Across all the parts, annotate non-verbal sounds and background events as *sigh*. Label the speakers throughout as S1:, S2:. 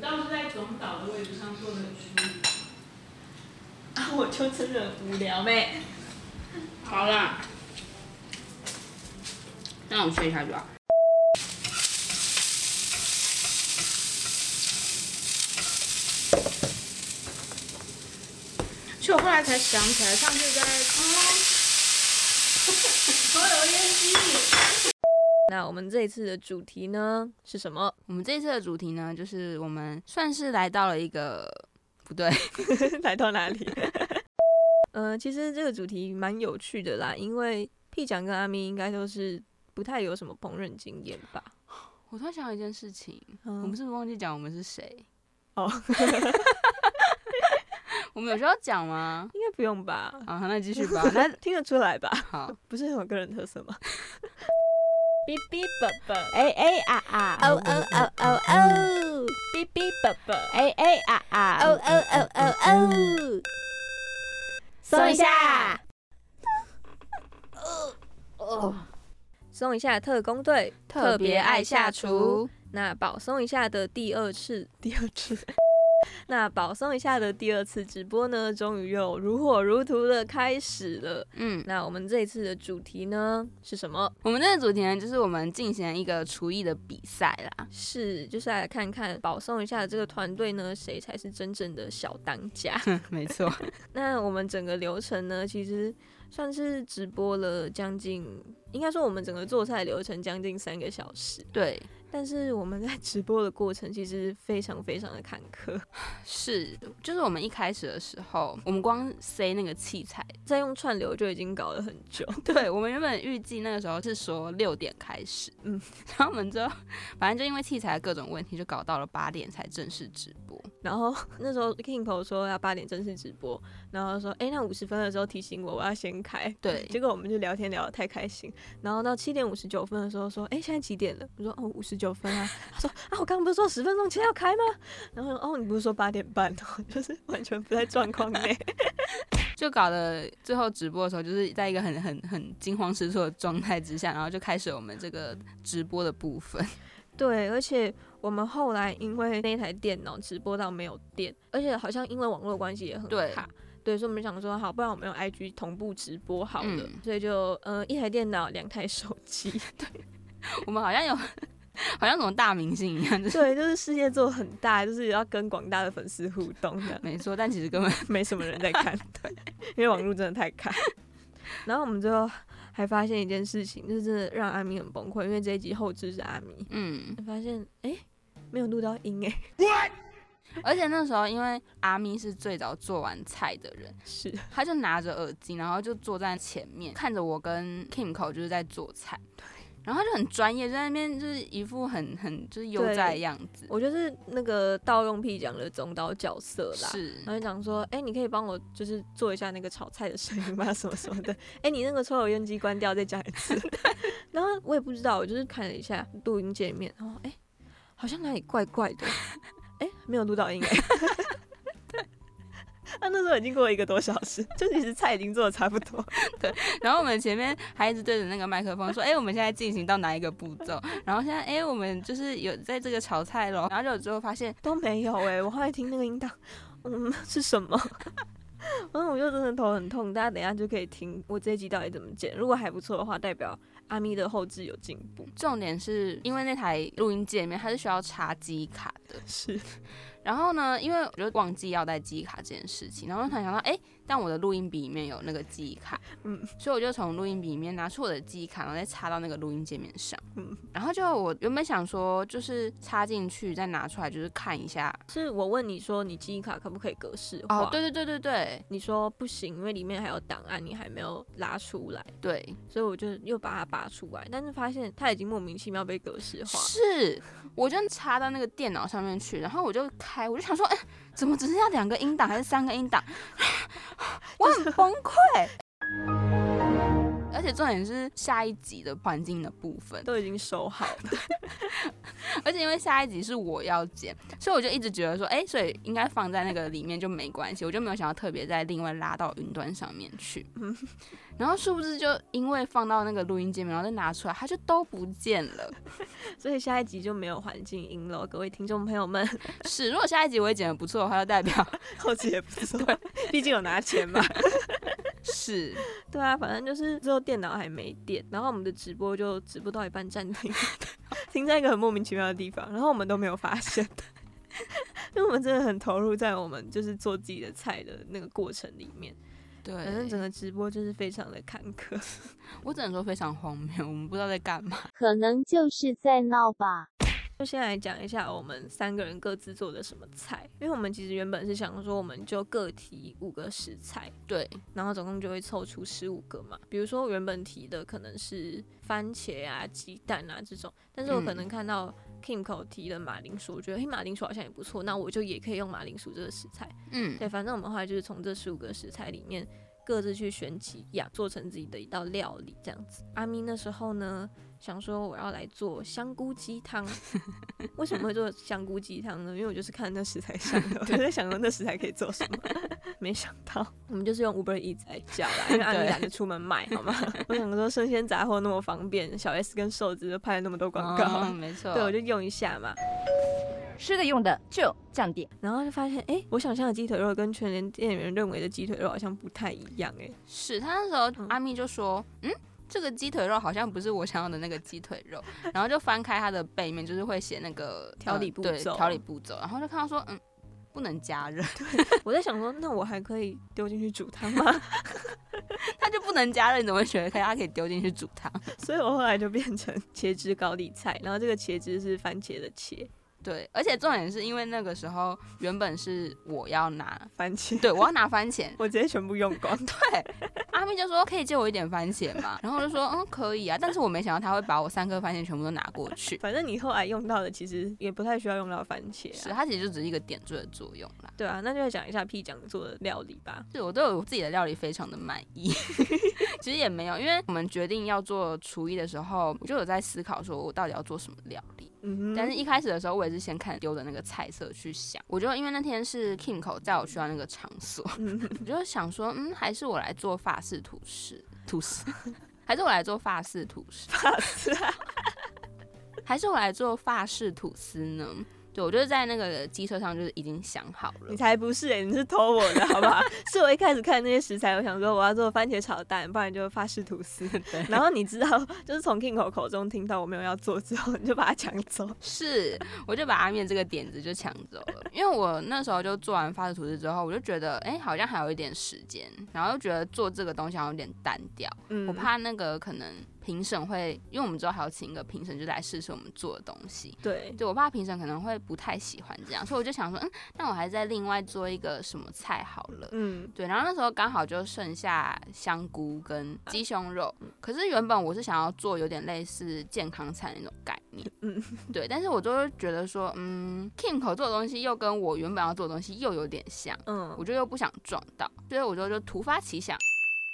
S1: 倒是在总导的位置上坐的很舒服。
S2: 啊，我就真的很无聊
S1: *laughs*
S2: 呗。
S3: 好啦，那我们切一下就好。其实我后来才想起来，上次在
S2: 那我们这一次的主题呢是什么？ *laughs*
S3: 我们这一次的主题呢，就是我们算是来到了一个不对，
S2: 来到哪里？ *laughs* 呃，其实这个主题蛮有趣的啦，因为屁长跟阿咪应该都是不太有什么烹饪经验吧？
S3: 我突然想到一件事情，我
S2: 嗯
S3: 们，是不是忘记讲我们是谁？
S2: 哦，
S3: *laughs*
S2: *laughs*
S3: 我们有需要讲吗？
S2: 应该不用吧？
S3: 啊，那继续
S2: *laughs*
S3: 吧。那
S2: 听得出来吧？ *laughs*
S3: 好，
S2: 不是很有个人特色吗？
S4: 哔哔啵啵，
S2: 哎哎啊啊
S4: 哦哦哦哦
S2: 嗯
S4: 哦，
S2: 哔哔啵啵，
S4: 哎哎啊啊，哦
S2: 嗯
S4: 哦哦哦哦，
S3: 嗯
S4: 松一下，
S2: 松一下特工队，特别爱下厨。那保松一下的第二次， *laughs* 第二次。那保松一下的第二次直播呢，终于又如火如荼的开始了。
S3: 嗯，
S2: 那我们这一次的主题呢是什么？
S3: 我们这个主题呢，就是我们进行一个厨艺的比赛
S2: *laughs*
S3: 啦。
S2: 是就是来看看保送一下这个团队呢，谁才是真正的小当 *laughs* 家。
S3: 没错，
S2: 那我们整个流程呢，其实算是直播了将近，应该说我们整个做菜流程将近三个小时。
S3: 对，
S2: 但是我们在直播的过程其实非常非常的坎坷，
S3: 是，就是我们一开始的时候，我们光塞那个器材，
S2: 在用串流就已经搞了很久。 *laughs*
S3: 对我们原本预计那个时候是说六点开始，嗯，然后我们就反正就因为器材各种问题，就搞到了八点才正式直播。
S2: 然后那时候 Kingo 说要八点正式直播，然后说哎、诶那五十分的时候提醒我我要先开，
S3: 对
S2: 结果我们就聊天聊得太开心，然后到七点五十九分的时候说哎、诶现在几点了？我说哦五十九分啊， *laughs* 他说啊我刚刚不是说十分钟前要开吗？然后哦你不是说八点半哦， *laughs* 就是完全不在状况内，
S3: 就搞得最后直播的时候，就是在一个很很很惊慌失措的状态之下，然后就开始我们这个直播的部分。
S2: 对，而且我们后来因为那台电脑直播到没有电，而且好像因为网络关系也很
S3: 对
S2: 卡。对，所以我们想说，好，不然我们用 IG 同步直播好了。
S3: 嗯
S2: 所以就，呃，一台电脑，两台手
S3: *laughs*
S2: 机，
S3: 我们好像有， *laughs* 好像什么大明星一样，就是
S2: 对，就是世界做很大，就是要跟广大的粉丝互动的，
S3: 没错，但其实根本 *laughs*
S2: 没什么人在看，对，因为网络真的太卡。 *laughs* 然后我们最后还发现一件事情，就是真的让阿咪很崩溃，因为这一集后置是阿咪，
S3: 嗯，
S2: 发现哎、诶没有录到音哎、诶
S3: 而且那时候因为阿咪是最早做完菜的人，
S2: 是
S3: 他就拿着耳机，然后就坐在前面看着我跟 Kimco 就是在做菜，然后他就很专业，就在那边就是一副很很就是悠
S2: 对
S3: 哉的样子，
S2: 我就是那个盗用屁讲的总导角色啦。
S3: 是
S2: 然后就讲说，哎、你可以帮我就是做一下那个炒菜的声音吗？什么什么的。 *laughs* 哎、你那个抽油烟机关掉，再讲一次。 *laughs* 然后我也不知道，我就是看了一下录音界面，然后哎、诶好像哪里怪怪的， *laughs* 哎、没有录到音哎、那、啊、那时候已经过了一个多小时，就其实菜已经做的差不多。
S3: *laughs* 然后我们前面还一直对着那个麦克风说：“哎、我们现在进行到哪一个步骤？”然后现在，哎、我们就是有在这个炒菜咯。然后就之后发现，
S2: 都没有哎、我后来听那个音档，嗯， *laughs* 是什么？然后我就真的头很痛，大家等一下就可以听我这一集到底怎么剪。如果还不错的话，代表阿咪的后置有进步。
S3: 重点是因为那台录音界面它是需要插机卡的。
S2: 是，
S3: 然后呢，因为我就忘记要带记忆卡这件事情，然后突然想到，哎、但我的录音笔里面有那个记忆卡，
S2: 嗯，
S3: 所以我就从录音笔里面拿出我的记忆卡，然后再插到那个录音界面上。
S2: 嗯
S3: 然后就我原本想说，就是插进去再拿出来，就是看一下。
S2: 是我问你说你记忆卡可不可以格式化？
S3: 哦，对，对对对对
S2: 你说不行，因为里面还有档案你还没有拉出来，
S3: 对，
S2: 所以我就又把它拔出来，但是发现它已经莫名其妙被格式化。
S3: 是，我就插到那个电脑上面去，然后我就开，我就想说，哎、怎么只剩下两个音档 *laughs* 还是三个音档？我很崩溃。而而且重点是下一集的环境的部分，
S2: 都已经收好了。
S3: 而且因为下一集是我要剪，所以我就一直觉得说，哎、所以应该放在那个里面就没关系，我就没有想要特别再另外拉到云端上面去。然后殊不知就因为放到那个录音界面，然后再拿出来，它就都不见了。
S2: 所以下一集就没有环境音了，各位听众朋友们，
S3: 是，如果下一集我也剪得不错的话，就代表
S2: 后期也不 *laughs* 错，毕竟有拿钱嘛。
S3: 是
S2: 对啊，反正就是之后电脑还没电，然后我们的直播就直播到一半暂停， *laughs* 停在一个很莫名其妙的地方，然后我们都没有发现， *laughs* 因为我们真的很投入在我们就是做自己的菜的那个过程里面。
S3: *laughs* 对，
S2: 反正整个直播就是非常的坎坷， *laughs*
S3: 我只能说非常荒谬，我们不知道在干嘛。
S4: 可能就是在闹吧。
S2: 就先来讲一下我们三个人各自做的什么菜，因为我们其实原本是想说我们就各提五个食材，
S3: 对，
S2: 然后总共就会凑出十五个嘛。比如说我原本提的可能是番茄啊、鸡蛋啊这种，但是我可能看到 Kimco 提的马铃薯，我觉得嘿马铃薯好像也不错，那我就也可以用马铃薯这个食材。
S3: 嗯，
S2: 对，反正我们后来就是从这十五个食材里面各自去选几样，做成自己的一道料理这样子。阿咪那时候呢，想说我要来做香菇鸡 *laughs* 汤。为什么会做香菇鸡汤呢？因为我就是看那食材上 *laughs* 的，我就在想说那食材可以做什么， *laughs* 没想到我们就是用 Uber Eats 来叫 *laughs* 啦，因为阿咪
S3: 对
S2: 懒得出门买，好吗？ *laughs* 我想说生鲜杂货那么方便，小 S 跟瘦子都拍了那么多广告，
S3: 嗯没错，
S2: 对我就用一下嘛。
S5: 吃的用的就降点。
S2: 然后就发现，哎、我想象的鸡腿肉跟全联店员认为的鸡腿肉好像不太一样、诶， *laughs*
S3: 是他那时候
S2: 嗯
S3: 阿咪就说，嗯。这个鸡腿肉好像不是我想要的那个鸡
S2: *laughs*
S3: 腿肉，然后就翻开它的背面，就是会写那个
S2: 调理
S3: 呃
S2: 步
S3: 对
S2: 骤
S3: 调理步骤，然后就看到说，嗯，不能加热， *laughs*
S2: 哎，我在想说，那我还可以丢进去煮汤吗？ *laughs*
S3: 它就不能加热，你怎么会觉得它它可以丢进去煮汤？ *laughs*
S2: 所以我后来就变成茄汁高丽菜，然后这个茄汁是番茄的茄，
S3: 对，而且重点是因为那个时候原本是我要拿，
S2: 番茄， *laughs*
S3: 对我要拿番茄，
S2: 我直接全部用光。
S3: *laughs* 阿咪就说可以借我一点番茄嘛，然后我就说嗯可以啊，但是我没想到他会把我三颗番茄全部都拿过去，
S2: 反正你后来用到的其实也不太需要用到番茄
S3: 是
S2: 啊。
S3: 它其实就只是一个点缀的作用啦。
S2: 对啊，那就来讲一下 P 讲做的料理吧。
S3: 是我对我自己的料理非常的满意， *laughs* 其实也没有，因为我们决定要做厨艺的时候，我就有在思考说我到底要做什么料理。
S2: 嗯
S3: 但
S2: 哼，
S3: 是一开始的时候，我也是先看丢的那个菜色去想。我就因为那天是 Kimco 带我去到那个场所，
S2: 嗯
S3: 我就想说，嗯，还是我来做法式吐司，吐司， *laughs* 还是我来做法式吐司，
S2: 法式啊，
S3: *laughs* 还是我来做法式吐司呢？对，我就是在那个机车上就是已经想好了
S2: 你。才不是、欸诶，你是偷我的好不好？ *laughs* 是我一开始看那些食材，我想说我要做番茄炒蛋，不然就法式吐 *laughs* 司。
S3: 对
S2: 然后你知道，就是从 King 口口中听到我没有要做之后，你就把它抢 *laughs* 走。
S3: 是，我就把阿面这个点子就抢走了，因为我那时候就做完发式吐司之后，我就觉得，哎、好像还有一点时间，然后又觉得做这个东西好像有点单调，
S2: 嗯
S3: 我怕那个可能评审会，因为我们之后还要请一个评审，就来试试我们做的东西。
S2: 对，
S3: 对，我怕评审可能会不太喜欢这样，所以我就想说，嗯，那我还再另外做一个什么菜好了。
S2: 嗯，
S3: 对，然后那时候刚好就剩下香菇跟鸡胸肉，可是原本我是想要做有点类似健康餐那种概念，
S2: 嗯
S3: 嗯，对，但是我就会觉得说，嗯，Kimco 做的东西又跟我原本要做的东西又有点像，我
S2: 嗯，
S3: 就又不想撞到，所以我就就突发奇想，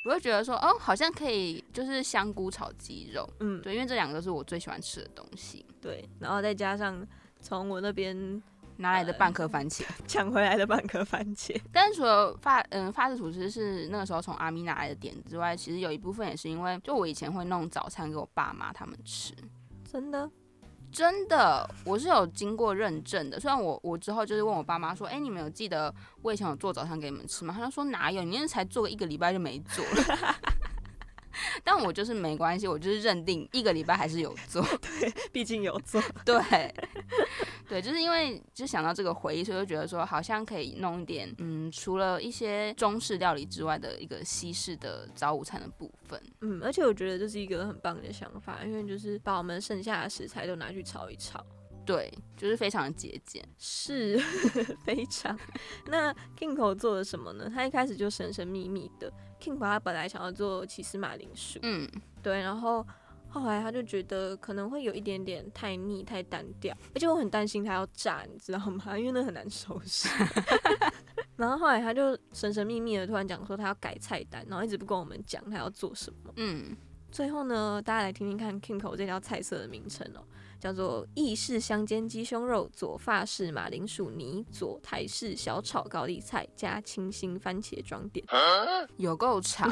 S3: 我就觉得说，哦，好像可以就是香菇炒鸡肉，
S2: 嗯，
S3: 对，因为这两个都是我最喜欢吃的东西，
S2: 对，然后再加上从我那边
S3: 拿来的
S2: 呃
S3: 半颗番茄，
S2: 抢回来的半颗番茄，
S3: 但是除了发嗯发式厨师是那个时候从阿米拿来的点子之外，其实有一部分也是因为，就我以前会弄早餐给我爸妈他们吃，
S2: 真的，
S3: 真的我是有经过认证的。虽然我我之后就是问我爸妈说，哎、你们有记得我以前有做早餐给你们吃吗？他就说哪有，你那才做个一个礼拜就没做了。但我就是没关系，我就是认定一个礼拜还是有做。
S2: 毕竟有做。
S3: 对， *laughs* 对，就是因为就想到这个回忆，所以就觉得说好像可以弄一点，嗯，除了一些中式料理之外的一个西式的早午餐的部分。
S2: 嗯，而且我觉得这是一个很棒的想法，因为就是把我们剩下的食材都拿去炒一炒。
S3: 对，就是非常的节俭。
S2: 是 *laughs* 非常。那 Kingo 做了什么呢？他一开始就神神秘秘的。Kingo 他本来想要做起司马铃薯，
S3: 嗯，
S2: 对，然后后来他就觉得可能会有一点点太腻、太单调，而且我很担心他要炸，你知道吗？因为那很难收拾。然后后来他就神神秘秘的突然讲说他要改菜单，然后一直不跟我们讲他要做什么。
S3: 嗯，
S2: 最后呢，大家来听听看 Kinko 这道菜色的名称哦，叫做意式香煎鸡胸肉、左法式马铃薯泥、左台式小炒高丽菜加清新番茄装点。
S3: 有够长，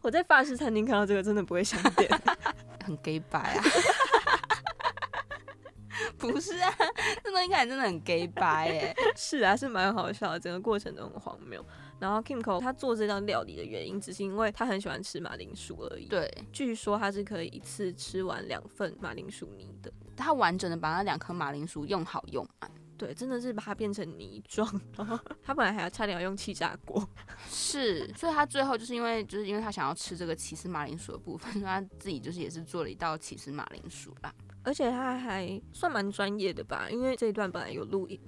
S2: 我在法式餐厅看到这个，真的不会想点。
S3: 很 gay 白啊。 *laughs* 不是啊，这东西看起来真的很 gay 欸白耶。
S2: 是啊，是蛮好笑的，整个过程都很荒谬。然后 Kimco 他做这道料理的原因，只是因为他很喜欢吃马铃薯而已。，
S3: 对，
S2: 据说他是可以一次吃完两份马铃薯泥的。
S3: 他完整的把那两颗马铃薯用好用啊满。
S2: 对，真的是把它变成泥状。然后他本来还要差点要用气炸锅，
S3: 是，所以他最后就是因为就是因为他想要吃这个起司马铃薯的部分， *laughs* 所以他自己就是也是做了一道起司马铃薯啦。
S2: 而且他还算蛮专业的吧，因为这一段本来有录
S3: *laughs*
S2: 音。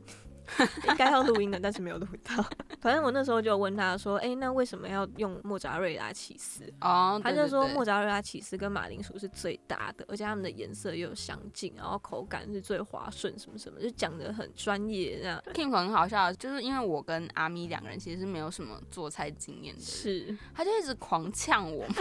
S2: 应该要录音的，但是没有录到。反正我那时候就有问他说：“哎、那为什么要用莫扎瑞拉起司？”
S3: 哦，
S2: 他
S3: 对
S2: 就
S3: 对
S2: 说
S3: 对
S2: 莫扎瑞拉起司跟马铃薯是最搭的，而且它们的颜色又相近，然后口感是最滑顺，什么什么，就讲的很专业这样。
S3: Kim 很好笑，就是因为我跟阿咪两个人其实是没有什么做菜经验的，
S2: 是，
S3: 他就一直狂呛我们，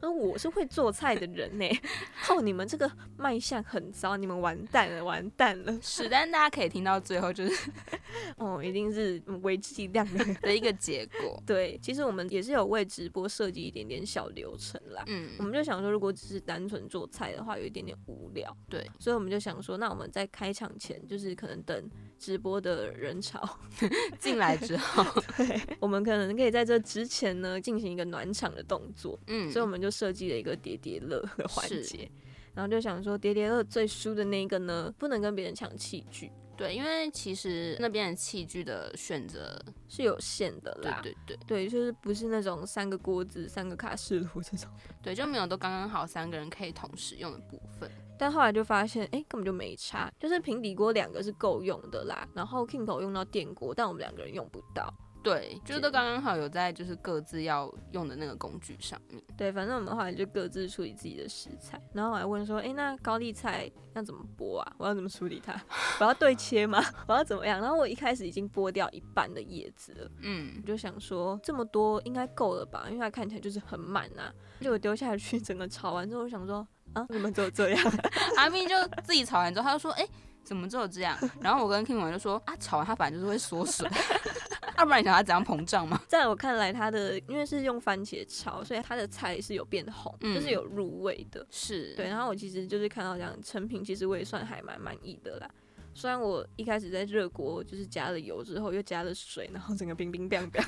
S2: 而我是会做菜的人呢、
S3: *laughs*
S2: 哦，你们这个卖相很糟，你们完蛋了，完蛋了。
S3: 是，但是大家可以听到最后就是 *laughs*
S2: 哦，一定是嗯为计量的。
S3: 的一个结果。
S2: 对，其实我们也是有为直播设计一点点小流程啦。我
S3: 嗯，
S2: 们就想说，如果只是单纯做菜的话，有一点点无聊。
S3: 对，
S2: 所以我们就想说，那我们在开场前，就是可能等直播的人潮， *laughs*
S3: 进来之后，
S2: 对，我们可能可以在这之前呢进行一个暖场的动作，
S3: 嗯，
S2: 所以我们就设计了一个叠叠乐的环
S3: 是
S2: 节。然后就想说，叠叠乐最输的那一个呢，不能跟别人抢器具，
S3: 对，因为其实那边的器具的选择，
S2: 是有限的
S3: 对
S2: 啦。
S3: 对对
S2: 对就是不是那种三个锅子、三个卡式炉这种。
S3: 对，就没有都刚刚好三个人可以同时用的部分。
S2: 但后来就发现，哎，根本就没差，就是平底锅两个是够用的啦。然后 Kingo 用到电锅，但我们两个人用不到。
S3: 对，就是都刚刚好有在就是各自要用的那个工具上面。
S2: 对，反正我们后来就各自处理自己的食材，然后我还问说，诶，那高丽菜要怎么剥啊？我要怎么处理它？我要对切吗？我要怎么样？然后我一开始已经剥掉一半的叶子了，
S3: 嗯
S2: 我，就想说这么多应该够了吧，因为它看起来就是很满呐、啊。就我丢下去，整个炒完之后，我想说，啊，你们怎么这样？
S3: *laughs* 阿咪就自己炒完之后，他就说：“哎、怎么只有这样？”然后我跟 Kim 就说：“啊，炒完它反正就是会缩水， *laughs* 要、不然你想它怎样膨胀吗
S2: 在我看来，它的因为是用番茄炒，所以它的菜是有变红，
S3: 嗯
S2: 就是有入味的？”。
S3: 是，
S2: 对，，然后我其实就是看到这样成品，其实我也算还蛮满意的啦。虽然我一开始在热锅就是加了油之后又加了水，然后整个冰冰冰 *laughs* 冰，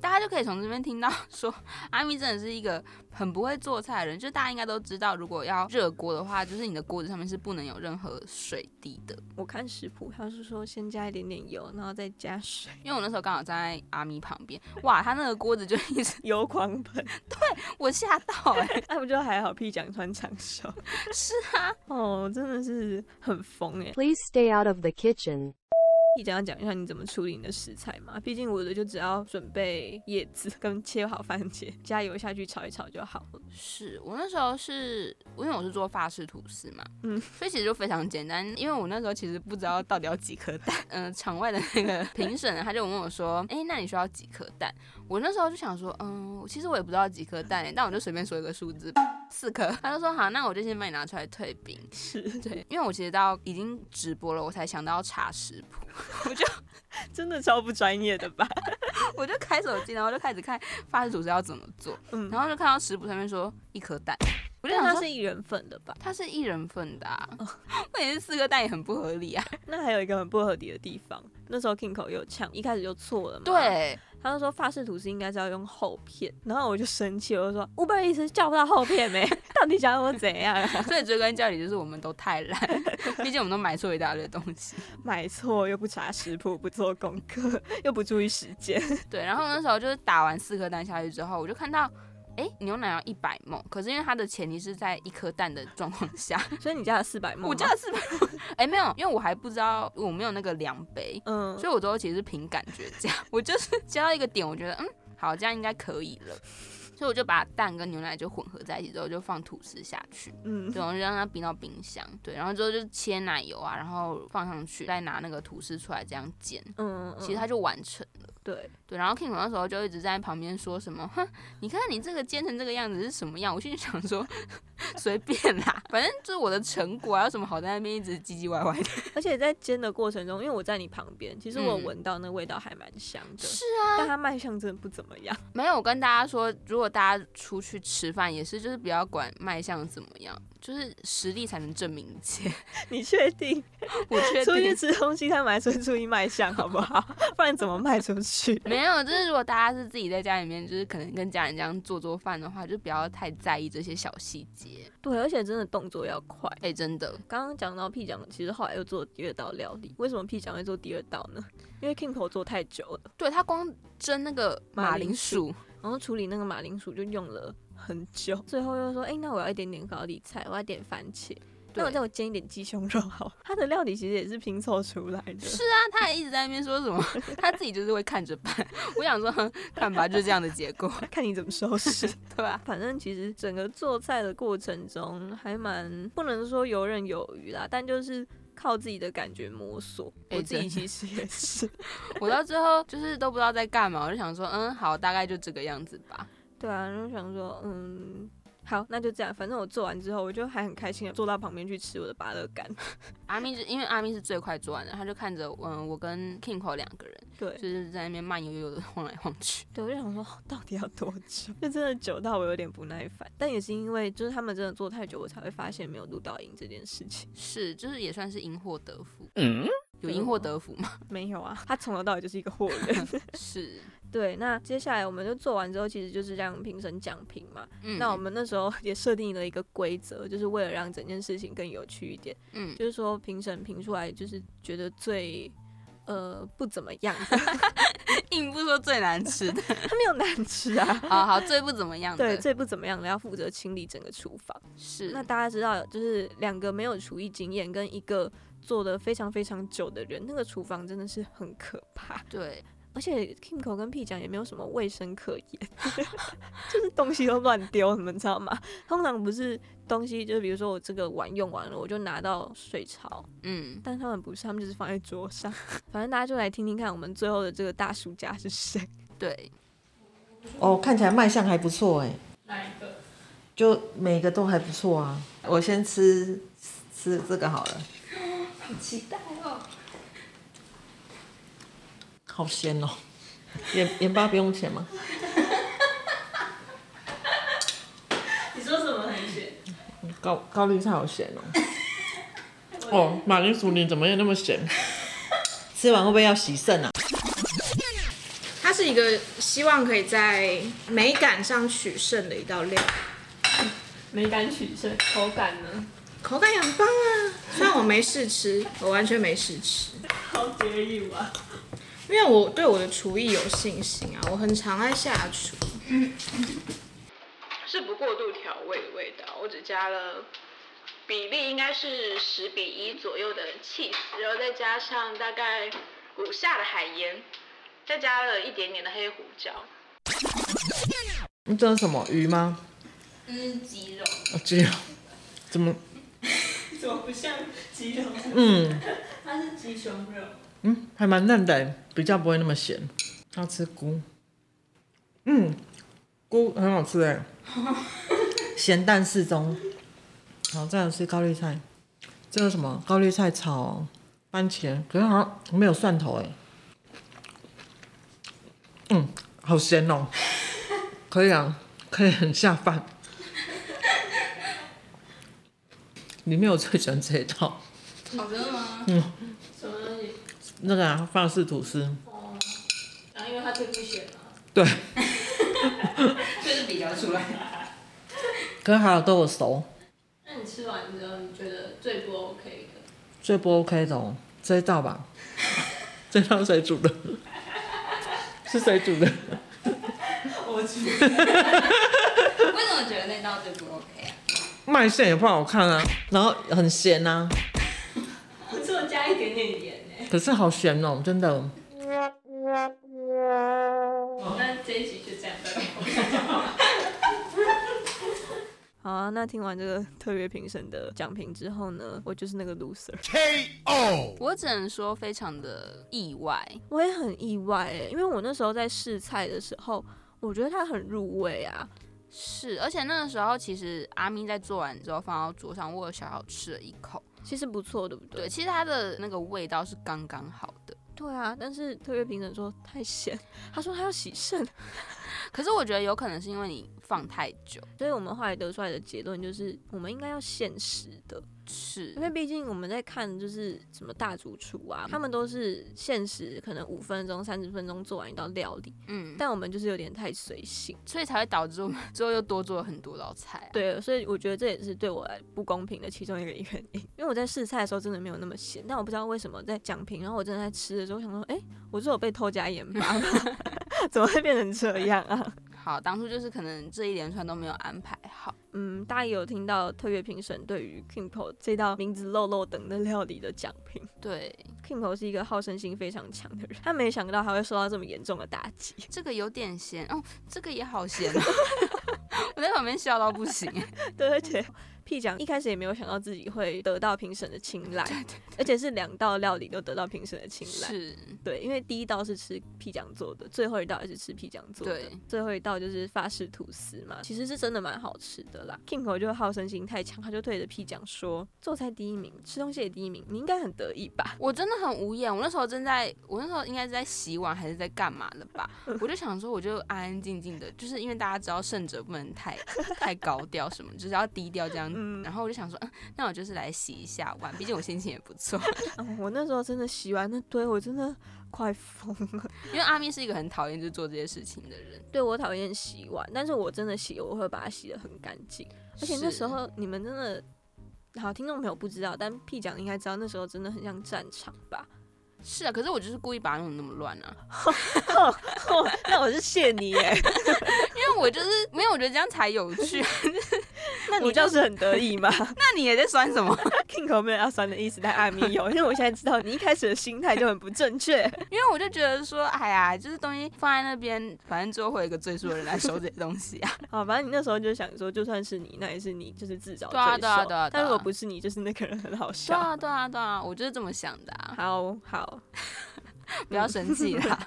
S3: 大家就可以从这边听到说，阿咪真的是一个很不会做菜的人。就大家应该都知道，如果要热锅的话，就是你的锅子上面是不能有任何水滴的。
S2: 我看食谱它是说先加一点点油，然后再加水，
S3: 因为我那时候刚好站在阿咪旁边，哇，他那个锅子就一直
S2: 油狂喷，
S3: *laughs* 我吓到哎、 *laughs*
S2: 那不就还好？屁讲穿长袖，
S3: 是啊，
S2: *laughs* 哦，真的是很疯哎。
S6: Please stay out of the kitchen.
S2: 屁讲要讲一下你怎么处理你的食材嘛，毕竟我的就只要准备叶子跟切好番茄，加油下去炒一炒就好了。
S3: 是我那时候是因为我是做法式吐司嘛，嗯，
S2: 嗯
S3: 所以其实就非常简单。因为我那时候其实不知道到底要几颗 *laughs* 蛋，嗯、场外的那个评审他就问我说，哎、那你需要几颗蛋？我那时候就想说，嗯，其实我也不知道几颗蛋、欸但我就随便说一个数字，四颗。 *laughs* 他就说好，那我就先帮你拿出来退冰。
S2: 是，
S3: *laughs* 对，因为我其实到已经直播了，我才想到要查食谱，
S2: 真的超不专业的吧？
S3: 我就开手机，然后就开始看法式吐司要怎么做，
S2: 嗯，
S3: 然后就看到食谱上面说一颗蛋，我就
S2: 但
S3: 想
S2: 它
S3: 说
S2: 是哦一人份的吧？
S3: 它是一人份的、啊，问题是四个蛋也很不合
S2: *laughs*
S3: 理啊。
S2: 那还有一个很不合理的地方，那时候 Kingo 有呛，一开始就错了嘛。，
S3: 对，
S2: 他就说法式吐司应该是要用厚片，然后我就生气，我就说五百意思叫不到厚片没、 *laughs* 到底想我怎样啊？ *laughs*
S3: 所以追根究底就是我们都太懒，毕竟我们都买错一大堆东西。 *laughs*
S2: 买错又不查食谱，不做功课，又不注意时间， *laughs*
S3: 对，然后那时候就是打完四颗蛋下去之后，我就看到。哎，牛奶要一百梦，可是因为它的前提是在一颗蛋的状况下，
S2: 所以你加了四百吗？
S3: 我加了四百。 *laughs* 哎，没有，因为我还不知道我没有那个量杯，
S2: 嗯，
S3: 所以我都其实是凭感觉加。我就是 *laughs* 加到一个点，我觉得嗯，好，这样应该可以了，所以我就把蛋跟牛奶就混合在一起之后，就放吐司下去。
S2: 嗯，
S3: 对，我就让它冰到冰箱，对，然后之后就切奶油啊，然后放上去，再拿那个吐司出来这样煎，
S2: 嗯，嗯
S3: 其实它就完成了。
S2: 对，
S3: 对，然后 King 那时候就一直在旁边说什么，哼，你看你这个煎成这个样子是什么样？我心里想说， *laughs* 随便啦，反正就是我的成果啊，有什么好在那边一直唧唧歪歪的？
S2: 而且在煎的过程中，因为我在你旁边，其实我
S3: 嗯
S2: 闻到那味道还蛮香的，
S3: 是
S2: 但它卖相真的不怎么样。 *laughs*
S3: 没有，我跟大家说，如果大家出去吃饭也是，就是不要管卖相怎么样，就是实力才能证明一 *laughs* 切。
S2: 你确定？
S3: 我确
S2: 出去
S3: 定。
S2: 吃东西，他们还是会注意卖相，好不好？ *laughs* 不然怎么卖出去？
S3: 没有，就是如果大家是自己在家里面，就是可能跟家人这样做做饭的话，就不要太在意这些小细节。
S2: *laughs* 对，而且真的动作要快。
S3: 哎、真的，
S2: 刚刚讲到屁讲，其实后来又做第二道料理。为什么屁讲会做第二道呢？因为 Kimpo 做太久了，
S3: 对他光蒸那个马
S2: 马铃
S3: 铃薯，
S2: 然后处理那个马铃薯就用了很久，最后又说，哎、那我要一点点高丽菜，我要一点番茄，那我
S3: 对
S2: 再我煎一点鸡胸肉好了。 *laughs* 它的料理其实也是拼凑出来的，
S3: 是啊，他还一直在那边说什么，他自己就是会看着办。我想说，哼看吧，就是这样的结果，
S2: 看你怎么收 *laughs* 拾。
S3: 对吧？
S2: 反正其实整个做菜的过程中还蛮不能说游刃有余啦，但就是靠自己的感觉摸索。
S3: 哎
S2: 我自己
S3: 真
S2: 其实 *laughs* 也是，
S3: 我到最后就是都不知道在干嘛，我就想说，嗯，好，大概就这个样子吧。
S2: 对啊，然后想说，嗯，好，那就这样。反正我做完之后，我就还很开心的坐到旁边去吃我的芭乐干。 *laughs*
S3: 阿咪就因为阿咪是最快做完的，他就看着嗯我跟 Kingo 两个人，
S2: 对
S3: 就是在那边慢悠悠的晃来晃去。
S2: 对，我就想说，到底要多久？就真的久到我有点不耐烦。但也是因为就是他们真的做太久，我才会发现没有录到音这件事情。
S3: 是，就是也算是因祸得福，
S7: 嗯，
S3: 有因祸得福吗？
S2: 没有啊，他从头到尾就是一个货 *laughs* 人。
S3: 是，
S2: 对，那接下来我们就做完之后，其实就是让评审讲评嘛。
S3: 嗯，
S2: 那我们那时候也设定了一个规则，就是为了让整件事情更有趣一点，
S3: 嗯，
S2: 就是说评审评出来就是觉得最呃不怎么样的，
S3: 硬不说最难吃
S2: *laughs*
S3: 的，
S2: 它 *laughs* 没有难吃啊。
S3: 好好，最不怎么样
S2: 对，
S3: 的，
S2: 最不怎么样的要负责清理整个厨房。
S3: 是，
S2: 那大家知道，就是两个没有厨艺经验跟一个做的非常非常久的人，那个厨房真的是很可怕。
S3: 对，
S2: 而且 Kimco 跟 P 讲也没有什么卫生可言， *laughs* 就是东西都乱丢，你们知道吗？通常不是东西，就是比如说我这个碗用完了，我就拿到水槽，
S3: 嗯，
S2: 但他们不是，他们就是放在桌上。 *laughs* 反正大家就来听听看，我们最后的这个大输家是谁？
S3: 对，
S8: 哦，看起来卖相还不错哎，
S1: 来一个，
S8: 就每个都还不错啊。我先吃吃这个好了，
S1: 好期待哦！
S8: 好鲜哦。盐盐巴不用钱吗？
S1: *laughs* 你说什么很险？
S8: 高高丽菜好咸
S1: *laughs*
S8: 哦。哦，马铃薯你怎么也那
S1: *laughs*
S8: 么咸？吃完会不会要洗肾啊？
S9: 它是一个希望可以在美感上取胜的一道料，
S1: 美感取胜，口感呢？
S9: 口感也很棒啊。虽然我没试吃，我完全没试吃，
S1: 好得意啊！
S9: 因为我对我的厨艺有信心啊，我很常爱下厨。是不过度调味的味道，我只加了比例应该是十比一左右的 cheese，然后再加上大概五下的海盐，再加了一点点的黑胡椒。
S8: 你这是什么鱼吗？
S3: 嗯，鸡肉，
S8: 哦，鸡肉。怎么？
S1: *laughs* 怎么不像鸡肉？
S8: 嗯
S1: 它是鸡胸肉。
S8: 嗯，还蛮嫩的，比较不会那么咸。要吃菇。嗯，菇很好吃
S1: *laughs*
S8: 哎，咸淡适中。好，再来吃高丽菜。这个什么高丽菜炒番茄，可是好像没有蒜头哎。嗯，好咸哦。可以啊，可以很下饭。里面我最喜欢这一道， *laughs*
S3: 好的吗？
S1: 什么东西？
S8: 那个啊，法式吐司。
S1: 哦然后因为它最不咸嘛。
S8: 对，
S3: 就是比较出 *laughs* 来，
S8: 可是还有都有熟，
S1: 那你吃完之后，你觉得最不 OK 的？
S8: 最不 OK 的哦，这一道吧， *laughs* 这一道谁煮的？ *laughs* 是谁煮的？
S1: 我觉得。
S3: 为什么觉得那道最不 OK 啊？
S8: 卖相也不好看啊，然后很
S1: *laughs*
S8: 咸啊，
S1: 不错，加一点点盐欸呢。
S8: 可是好咸哦，真的。
S1: 那这一集就这样，拜拜。
S2: 好啊，那听完这个特别评审的讲评之后呢，我就是那个 loser，
S7: KO。
S3: 我只能说非常的意外，
S2: 我也很意外诶、因为我那时候在试菜的时候，我觉得它很入味啊，
S3: 是，而且那个时候其实阿咪在做完之后放到桌上，我有小小吃了一口，
S2: 其实不错，对不
S3: 对，
S2: 对？
S3: 其实它的那个味道是刚刚好的。
S2: 对啊，但是特别评审说太咸， *laughs* 他说他要洗肾，
S3: 可是我觉得有可能是因为你放太久，
S2: 所以我们后来得出来的结论就是，我们应该要现实的，
S3: 是
S2: 因为毕竟我们在看就是什么大主厨啊，他们都是限时，可能五分钟、三十分钟做完一道料理，
S3: 嗯，
S2: 但我们就是有点太随性。
S3: 所以才会导致我们之后又多做了很多道菜、啊。，
S2: 对，所以我觉得这也是对我来不公平的其中一个原因， *laughs* 因为我在试菜的时候真的没有那么咸，但我不知道为什么在讲评，然后我真的在吃的时候，我想说，哎、我是有被偷加盐巴吗？ *laughs* 怎么会变成这样啊？
S3: 好，当初就是可能这一连串都没有安排好，
S2: 嗯，大家也有听到特别评审对于 Kimpo 这道名字漏漏等的料理的讲评。
S3: 对，
S2: *laughs* Kimpo 是一个好胜心非常强的人，他没想到他会受到这么严重的打击。 *laughs*
S3: 这个有点咸哦，这个也好咸、哦，我在旁边笑到不
S2: *laughs*
S3: 行。欸
S2: 对，而且 P 酱一开始也没有想到自己会得到评审的青睐，而且是两道料理都得到评审的青睐。
S3: 是，
S2: 对，因为第一道是吃 P 酱做的，最后一道也是吃 P 酱做的
S3: 对，
S2: 最后一道就是法式吐司嘛，其实是真的蛮好吃的啦。Kimpo 就好胜心太强，他就对着 P 酱说：“做菜第一名，吃东西也第一名，你应该很得意吧？” *laughs*
S3: 我真的很无言。我那时候正在，我那时候应该是在洗碗还是在干嘛的 *laughs* 吧？我就想说，我就安安静静的，就是因为大家知道胜者不能太 *laughs* 太高调什么，就是要低调这样。
S2: 嗯
S3: 然后我就想说，嗯，那我就是来洗一下碗，毕竟我心情也不错。
S2: 嗯，我那时候真的洗完那堆，我真的快疯了。
S3: 因为阿咪是一个很讨厌就是做这些事情的人，
S2: 对我讨厌洗碗，但是我真的洗，我会把它洗得很干净。而且那时候你们真的，好，听众朋友不知道，但屁讲应该知道，那时候真的很像战场吧？
S3: 是啊，可是我就是故意把它弄得那么乱啊，
S2: *laughs* 哦，那我是谢你耶，
S3: 因为我就是没有，我觉得这样才有趣。
S2: *laughs* 那你倒是很得意嘛。
S3: *laughs* 那你也在酸什么？
S2: King 口没有要酸的意思，但阿咪有， *laughs* 因为我现在知道你一开始的心态就很不正确。 *laughs*
S3: 因为我就觉得说，哎呀，就是东西放在那边，反正最后会有一个最初的人来收这些东西啊。
S2: 好，反正你那时候就想说，就算是你，那也是你，就是自找罪
S3: 对啊
S2: 受。
S3: 对啊对啊对啊
S2: 但如果不是你，就是那个人很好
S3: 对
S2: 笑。
S3: 啊，对啊，对啊，我就是这么想的 *laughs* 啊，
S2: 好好，
S3: 不要生气 *laughs* 啦。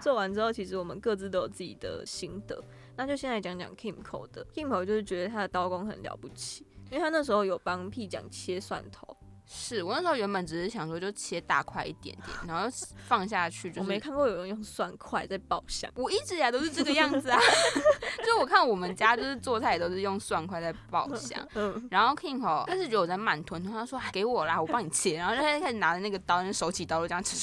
S2: 做完之后，其实我们各自都有自己的心得。那就先来讲讲 Kimco 的，Kimco 就是觉得他的刀工很了不起，因为他那时候有帮 P 讲切蒜头，
S3: 是我那时候原本只是想说，就切大块一点点，然后放下去，就是
S2: 我没。看过有人用蒜块在爆香。
S3: 我一直以来都是这个样 *laughs* 子啊，就我看我们家就是做菜也都是用蒜块在爆 *laughs* 香，
S2: 嗯，
S3: 然后 King 吼，但是觉得我在慢吞吞，他说哎给我啦，我帮你切，然后就开始拿着那个刀，那手起刀落这样切，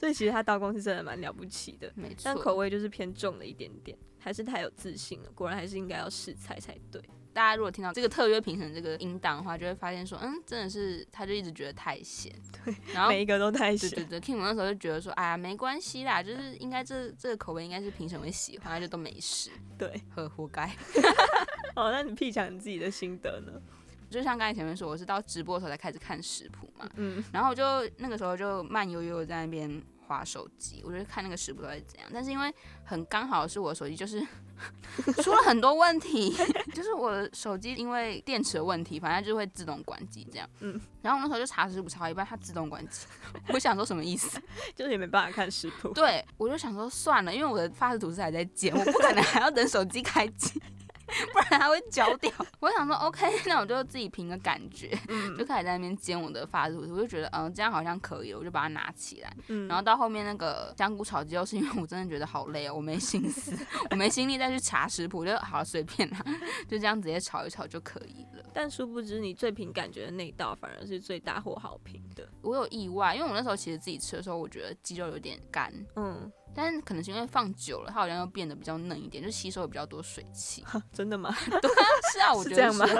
S2: 所以其实他刀工是真的蛮了不起的，
S3: 没
S2: 但口
S3: 错。
S2: 味就是偏重了一点点，还是太有自信了。果然还是应该要试菜才对。
S3: 大家如果听到这个特约评审这个音档的话，就会发现说，嗯，真的是他就一直觉得太咸，对，然后
S2: 每一个都太
S3: 对对
S2: 咸。
S3: 对，Kim 那时候就觉得说，哎呀，没关系啦，就是应该这这个口味应该是评审会喜欢，他就都没事，
S2: 对，
S3: 呵，活该。
S2: 哦，那你 P 讲你自己的心得呢？
S3: 就像刚才前面说，我是到直播的时候才开始看食谱嘛，
S2: 嗯，
S3: 然后我就那个时候就慢悠悠地在那边划手机，我就看那个食谱到底怎样。但是因为很刚好是我的手机就是 *laughs* 出了很多问题， *laughs* 就是我的手机因为电池的问题，反正就会自动关机这样。
S2: 嗯，
S3: 然后我那时候就查食谱查到一半，它自动关机， *laughs* 我想说什么意思？
S2: 就是也没办法看食谱。
S3: 对，我就想说算了，因为我的发式图是还在剪，我不可能还要等手机开机， *laughs* 不然它会焦掉。我想说 OK，那 *laughs* 我就自己凭个感觉，
S2: 嗯
S3: 就开始在那边煎我的发式图，我就觉得嗯这样好像可以了，我就把它拿起来。
S2: 嗯
S3: 然后到后面那个香菇炒鸡肉，是因为我真的觉得好累哦，我没心思，我没心力再去查食谱，我就好随便啦， *laughs* 就这样直接炒一炒就可以了。
S2: 但殊不知，你最凭感觉的那一道反而是最大获好评的。
S3: 我有意外，因为我那时候其实自己吃的时候，我觉得鸡肉有点干，
S2: *laughs* 嗯，
S3: 但是可能是因为放久了，它好像又变得比较嫩一点，就吸收了比较多水汽。
S2: *laughs* 真的吗？*laughs*
S3: 是啊，我
S2: 是
S3: 觉
S2: 这
S3: 得
S2: 样吗
S3: 是。？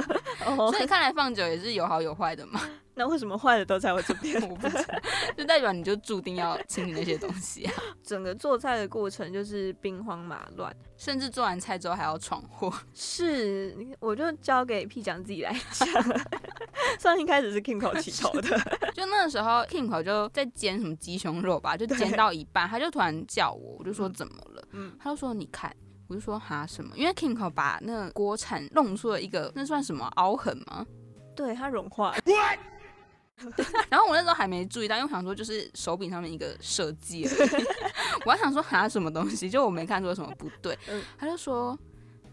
S2: 哦
S3: 所，以看来放久也是有好有坏的嘛，
S2: *laughs* 那为什么坏的都在我这边？
S3: 我不知道，就代表你就注定要清理那些东西啊，
S2: *laughs*
S3: *laughs*
S2: 整个做菜的过程就是兵荒马乱。
S3: 甚至做完菜之后还要闯祸。 *laughs*
S2: 是，我就交给 P 讲自己来讲。 *laughs* 虽然一开始是 Kimco 起头 *laughs* 的，
S3: 就那时候 King 口就在煎什么鸡胸肉吧，就煎到一半，他就突然叫我，我就说怎么了？
S2: 嗯
S3: 他就说你看。我就说哈什么？因为 Kimco 把那个国产弄出了一个那算什么凹痕吗？
S2: 对，它融化了。
S3: 然后我那时候还没注意到，因为我想说就是手柄上面一个设计而已，
S2: *laughs*
S3: 我还想说哈什么东西，就我没看出有什么不对。
S2: 嗯
S3: 他就说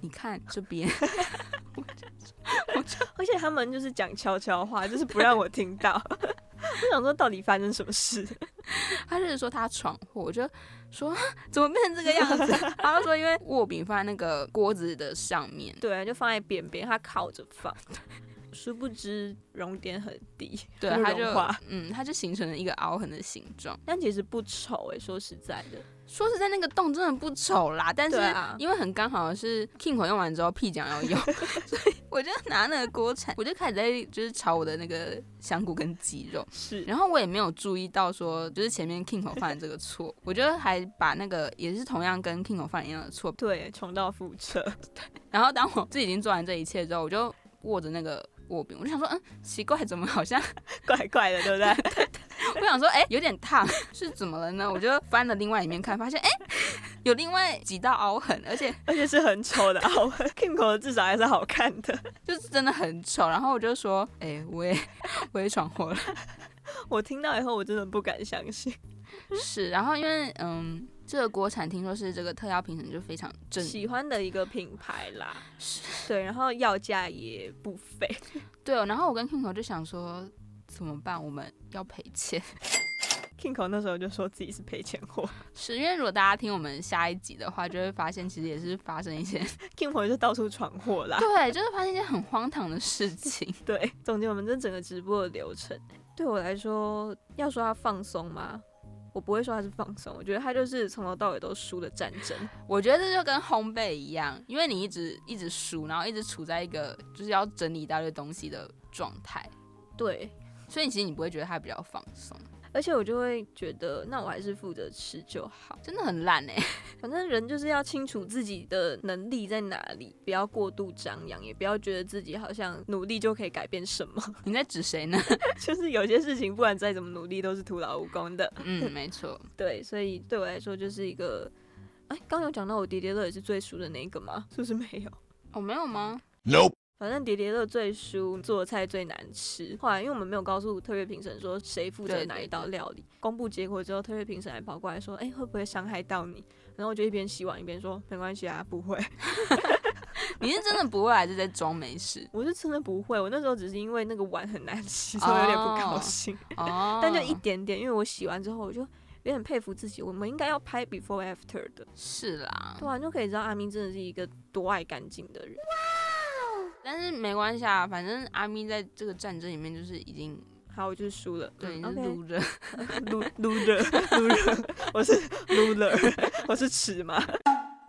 S3: 你看这边， *laughs*
S2: 而且他们就是讲悄悄话，就是不让我听到。 *laughs* 我想说，到底发生什么事？
S3: 他就是说他闯祸，我就说哈怎么变成这个
S2: *laughs*
S3: 样子？他就说因为握柄放在那个锅子的上面，
S2: *laughs* 对，啊就放在边边，它靠着放。 *laughs* 殊不知熔点很低，
S3: 对，
S2: 不
S3: 它就
S2: 融化。
S3: 嗯，它就形成了一个凹痕的形状。
S2: 但其实不丑诶、说实在的，
S3: 说实在，那个洞真的不丑啦，但是
S2: 对啊
S3: 因为很刚好是 King 口用完之后屁奖要用，所以我就拿那个锅铲，我就开始在就是炒我的那个香菇跟鸡肉，
S2: 是
S3: 然后我也没有注意到说就是前面 King 口犯的这个错，我觉得还把那个也是同样跟 King 口犯一样的错，
S2: 对，重蹈覆辙。 *laughs*
S3: 然后当我自己已经做完这一切之后，我就握着那个握柄，我就想说，嗯，奇怪，怎么好像
S2: 怪怪的，对不 *laughs* 对？
S3: 我想说，哎、有点烫， *laughs* 是怎么了呢？我就翻了另外一面看，发现哎、有另外几道凹痕，而且
S2: 而且是很丑的 *laughs* 凹痕 Kingo 至少还是好看的。
S3: 就是真的很丑。然后我就说，哎、我也 *laughs* 我也闯祸了，
S2: 我听到以后，我真的不敢相信，
S3: 是。然后因为嗯，这个国产听说是这个特邀评审就非常正，
S2: 喜欢的一个品牌啦，
S3: 是
S2: 对，然后要价也不菲，
S3: 对、哦。然后我跟 Kingo 就想说。怎么办？我们要赔钱，
S2: Kingo 那时候就说自己是赔钱货
S3: 是因为如果大家听我们下一集的话，就会发现其实也是发生一 *laughs* 些
S2: ，Kingo 就到处闯祸 *laughs* 啦。
S3: 对，就是发现一些很荒唐的事情。
S2: 对，总结我们这整个直播的流程，对我来说，要说他放松吗？我不会说他是放松，我觉得他就是从头到尾都输的战争。
S3: 我觉得这就跟烘焙一样，因为你一直一直输，然后一直处在一个就是要整理一大堆东西的状态，
S2: 对，
S3: 所以其实你不会觉得它比较放松，
S2: 而且我就会觉得，那我还是负责吃就好。
S3: 真的很烂哎、
S2: 反正人就是要清楚自己的能力在哪里，不要过度张扬，也不要觉得自己好像努力就可以改变什么。 *laughs*
S3: 你在指谁呢？
S2: 就是有些事情，不管再怎么努力，都是徒劳无功的。
S3: 嗯， *laughs* 没错，
S2: 对，所以对我来说就是一个，哎，刚有讲到我叠叠乐也是最输的那一个吗？是不是没有？
S3: 哦，没有吗？
S2: 反正叠叠乐最输，做的菜最难吃。后来因为我们没有告诉特约评审说谁负责
S3: 对
S2: 哪
S3: 对
S2: 一道料理，公布结果之后，特约评审还跑过来说：“哎、会不会伤害到你？”然后我就一边洗碗一边说：“没关系啊，不会， *laughs*
S3: 你是真的不会还是在装没事
S2: 我是真的不会。我那时候只是因为那个碗很难洗，所以有点不高
S3: 哦
S2: 兴，
S3: *laughs* 哦？
S2: 但就一点点。因为我洗完之后，我就有点佩服自己，我们应该要拍 before after 的，
S3: 是啦
S2: 对，啊，你就可以知道阿明真的是一个多爱干净的人。
S3: 但是没关系啊，反正阿咪在这个战争里面就是已经
S2: 好，我就是输了。嗯
S3: 对你是
S2: OK
S3: 撸着 *laughs*
S2: 撸撸的 *laughs* 撸的，我是撸的，我是尺嘛。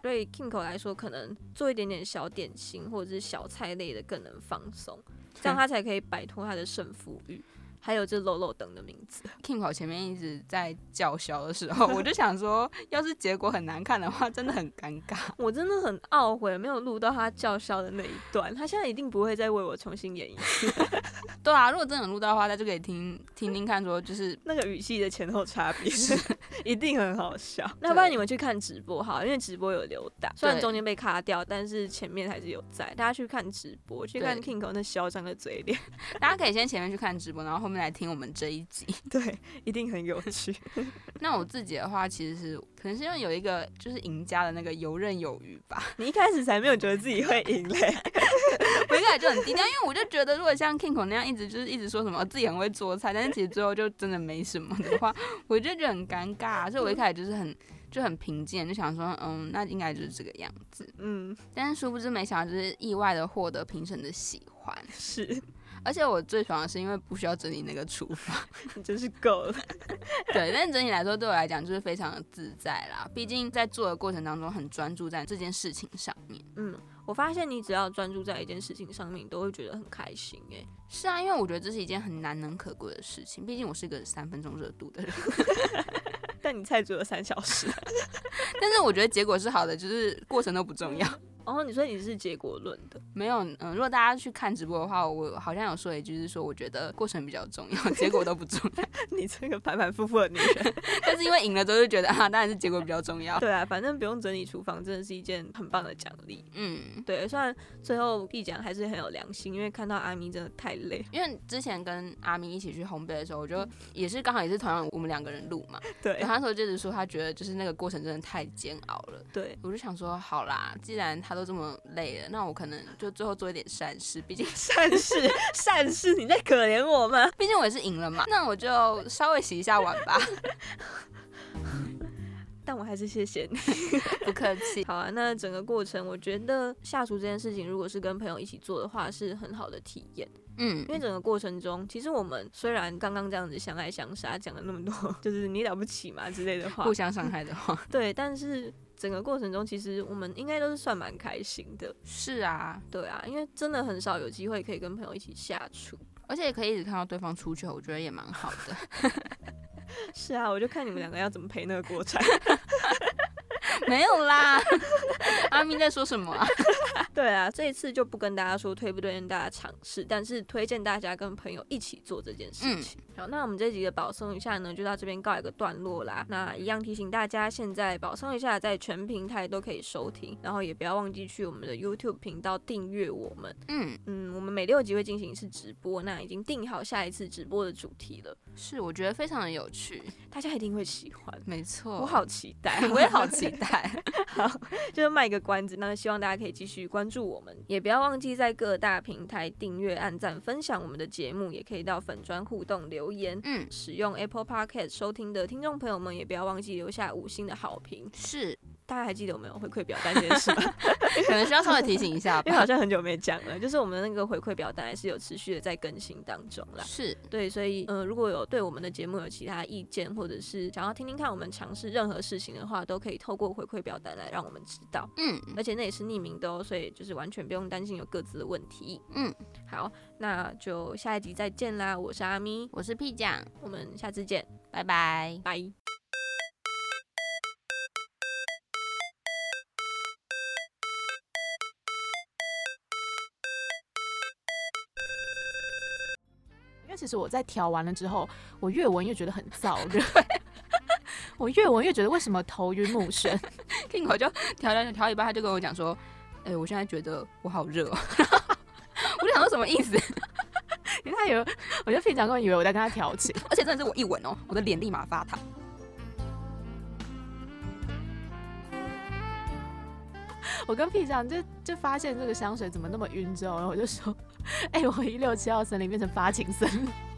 S2: 对 Kingo 来说，可能做一点点小点心或者是小菜类的更能放松，这样他才可以摆脱他的胜负欲。还有这漏漏等的名字， *laughs*
S3: Kimco 前面一直在叫嚣的时候，我就想说，要是结果很难看的话，真的很尴尬。
S2: 我真的很懊悔没有录到他叫嚣的那一段，他现在一定不会再为我重新演一次
S3: 对啊，如果真的有录到的话，大家就可以听听听看，说就是
S2: 那个语气的前后差别， *laughs* 一定很好笑。那不然你们去看直播好了，因为直播有留档，虽然
S3: 对
S2: 中间被卡掉，但是前面还是有在，大家去看直播，去看 Kingo 那嚣张的嘴脸，
S3: 大家可以先前面去看直播，然后后面来听我们这一集。
S2: *laughs*
S3: *laughs*
S2: 对，一定很有趣。
S3: 那我自己的话，其实是可能是因为有一个就是赢家的那个游刃有余吧，
S2: *laughs* 你一开始才没有觉得自己会赢嘞，
S3: 我一开始就很低调，因为我就觉得如果像 Kingo 那样一直就是一直说什么自己很会做菜，但是其实最后就真的没什么的话，我就觉得很尴尬、所以我一开始就是很就很平静，就想说嗯，那应该就是这个样子。
S2: *laughs* 嗯，
S3: 但是殊不知，没想到就是意外的获得评审的喜欢，
S2: 是，
S3: 而且我最爽的是因为不需要整理那个厨房，
S2: 你真是够了，
S3: 对，但整体来说对我来讲就是非常的自在啦，毕竟在做的过程当中很专注在这件事情上面。
S2: 嗯。我发现你只要专注在一件事情上面，你都会觉得很开心哎。
S3: 是啊，因为我觉得这是一件很难能可贵的事情，毕竟我是个三分钟热度的人。
S2: *laughs* 但你才煮了三小时，
S3: *laughs* 但是我觉得结果是好的，就是过程都不重要。
S2: *laughs* 哦，你说你是结果论的，
S3: 没有，嗯、如果大家去看直播的话，我好像有说一句是说，我觉得过程比较重要，结果都不重要。
S2: *laughs*
S3: *laughs*
S2: 你这个反反复复的女 *laughs* 人。
S3: 但是因为赢了之后就觉得啊，当然是结果比较重要。
S2: 对啊，反正不用整理厨房，真的是一件很棒的奖励。
S3: *laughs* 嗯，
S2: 对，虽然最后必讲还是很有良心，因为看到阿咪真的太累。
S3: 因为之前跟阿明一起去烘焙的时候，我就也是刚好也是同样我们两个人录嘛，
S2: 对
S3: 然后他那时候就是说他觉得就是那个过程真的太煎熬了。 *laughs*
S2: 对，
S3: 我就想说，好啦，既然他都这么累了，那我可能就最后做一点善事，毕竟
S2: 善事善事，你在可怜我吗？
S3: 毕竟我也是赢了嘛，那我就稍微洗一下碗吧，
S2: 但我还是谢谢你。
S3: 不客气。
S2: 好啊，那整个过程，我觉得下厨这件事情，如果是跟朋友一起做的话，是很好的体验。
S3: 嗯
S2: 因，为整个过程中，其实我们虽然刚刚这样子相爱相杀，讲了那么多，就是你了不起嘛之类的话
S3: 互，相伤害的话，
S2: 对，但是整个过程中，其实我们应该都是算蛮开心的，
S3: *laughs* 是啊，
S2: 对啊，因为真的很少有机会可以跟朋友一起下厨。
S3: 而且也可以一直看到对方出糗，我觉得也蛮好的。
S2: 是啊，我就看你们两个要怎么陪那个锅铲。
S3: *laughs* 没有啦， *laughs* 阿咪在说什么啊？
S2: 对啊，这一次就不跟大家说推不推荐大家尝试，但是推荐大家跟朋友一起做这件事情。好，那我们这集的保送一下呢，就到这边告一个段落啦。那一样提醒大家，现在保送一下在全平台都可以收听，然后也不要忘记去我们的 YouTube 频道订阅我们。
S3: 嗯，
S2: 嗯，我们每六集会进行一次直播，那已经定好下一次直播的主题了，
S3: 是，我觉得非常的有趣。
S2: 大家一定会喜欢。
S3: 没错，
S2: 我，好期待
S3: *laughs* ，我也好期待。
S2: 就是卖个关子，那希望大家可以继续关注我们，也不要忘记在各大平台订阅、按赞、分享我们的节目，也可以到粉砖互动留言。
S3: *laughs* 嗯，
S2: 使用 Apple Podcast 收听的听众朋友们，也不要忘记留下五星的好评。
S3: 是，
S2: 大家还记得我们有回馈表单这件事吗？
S3: 可能需要稍微提醒一下
S2: 因为好
S3: 吧。
S2: 像很久没讲了，就是我们的那个回馈表单还是有持续的在更新当中啦。
S3: 是，
S2: 对，所以呃，如果有对我们的节目有其他意见，或者是想要听听看我们尝试任何事情的话，都可以透过回馈表单来让我们知道。
S3: 嗯，
S2: 而且那也是匿名的哦，所以就是完全不用担心有各自的问题。
S3: 嗯，
S2: 好，那就下一集再见啦！我是阿咪，
S3: 我是 P 酱，
S2: 我们下次见，
S3: 拜拜。
S2: 拜。
S7: 因为其实我在调完了之后，我越闻越觉得很燥热， *laughs* 我越闻越觉得为什么头晕目眩。 *laughs*
S3: 听我就调调调一半，他就跟我讲说：“哎、我现在觉得我好热、哦。” *laughs* 我就想说什么意思？
S7: 因为他以为，我就平常根本以为我在跟他调情。
S3: 而且真的是我一闻哦，我的脸立马发烫。
S7: 我跟屁长就就发 *laughs* 现这个香水怎么那么晕之后，然后我就说，哎、我一六七号森林变成发情森林。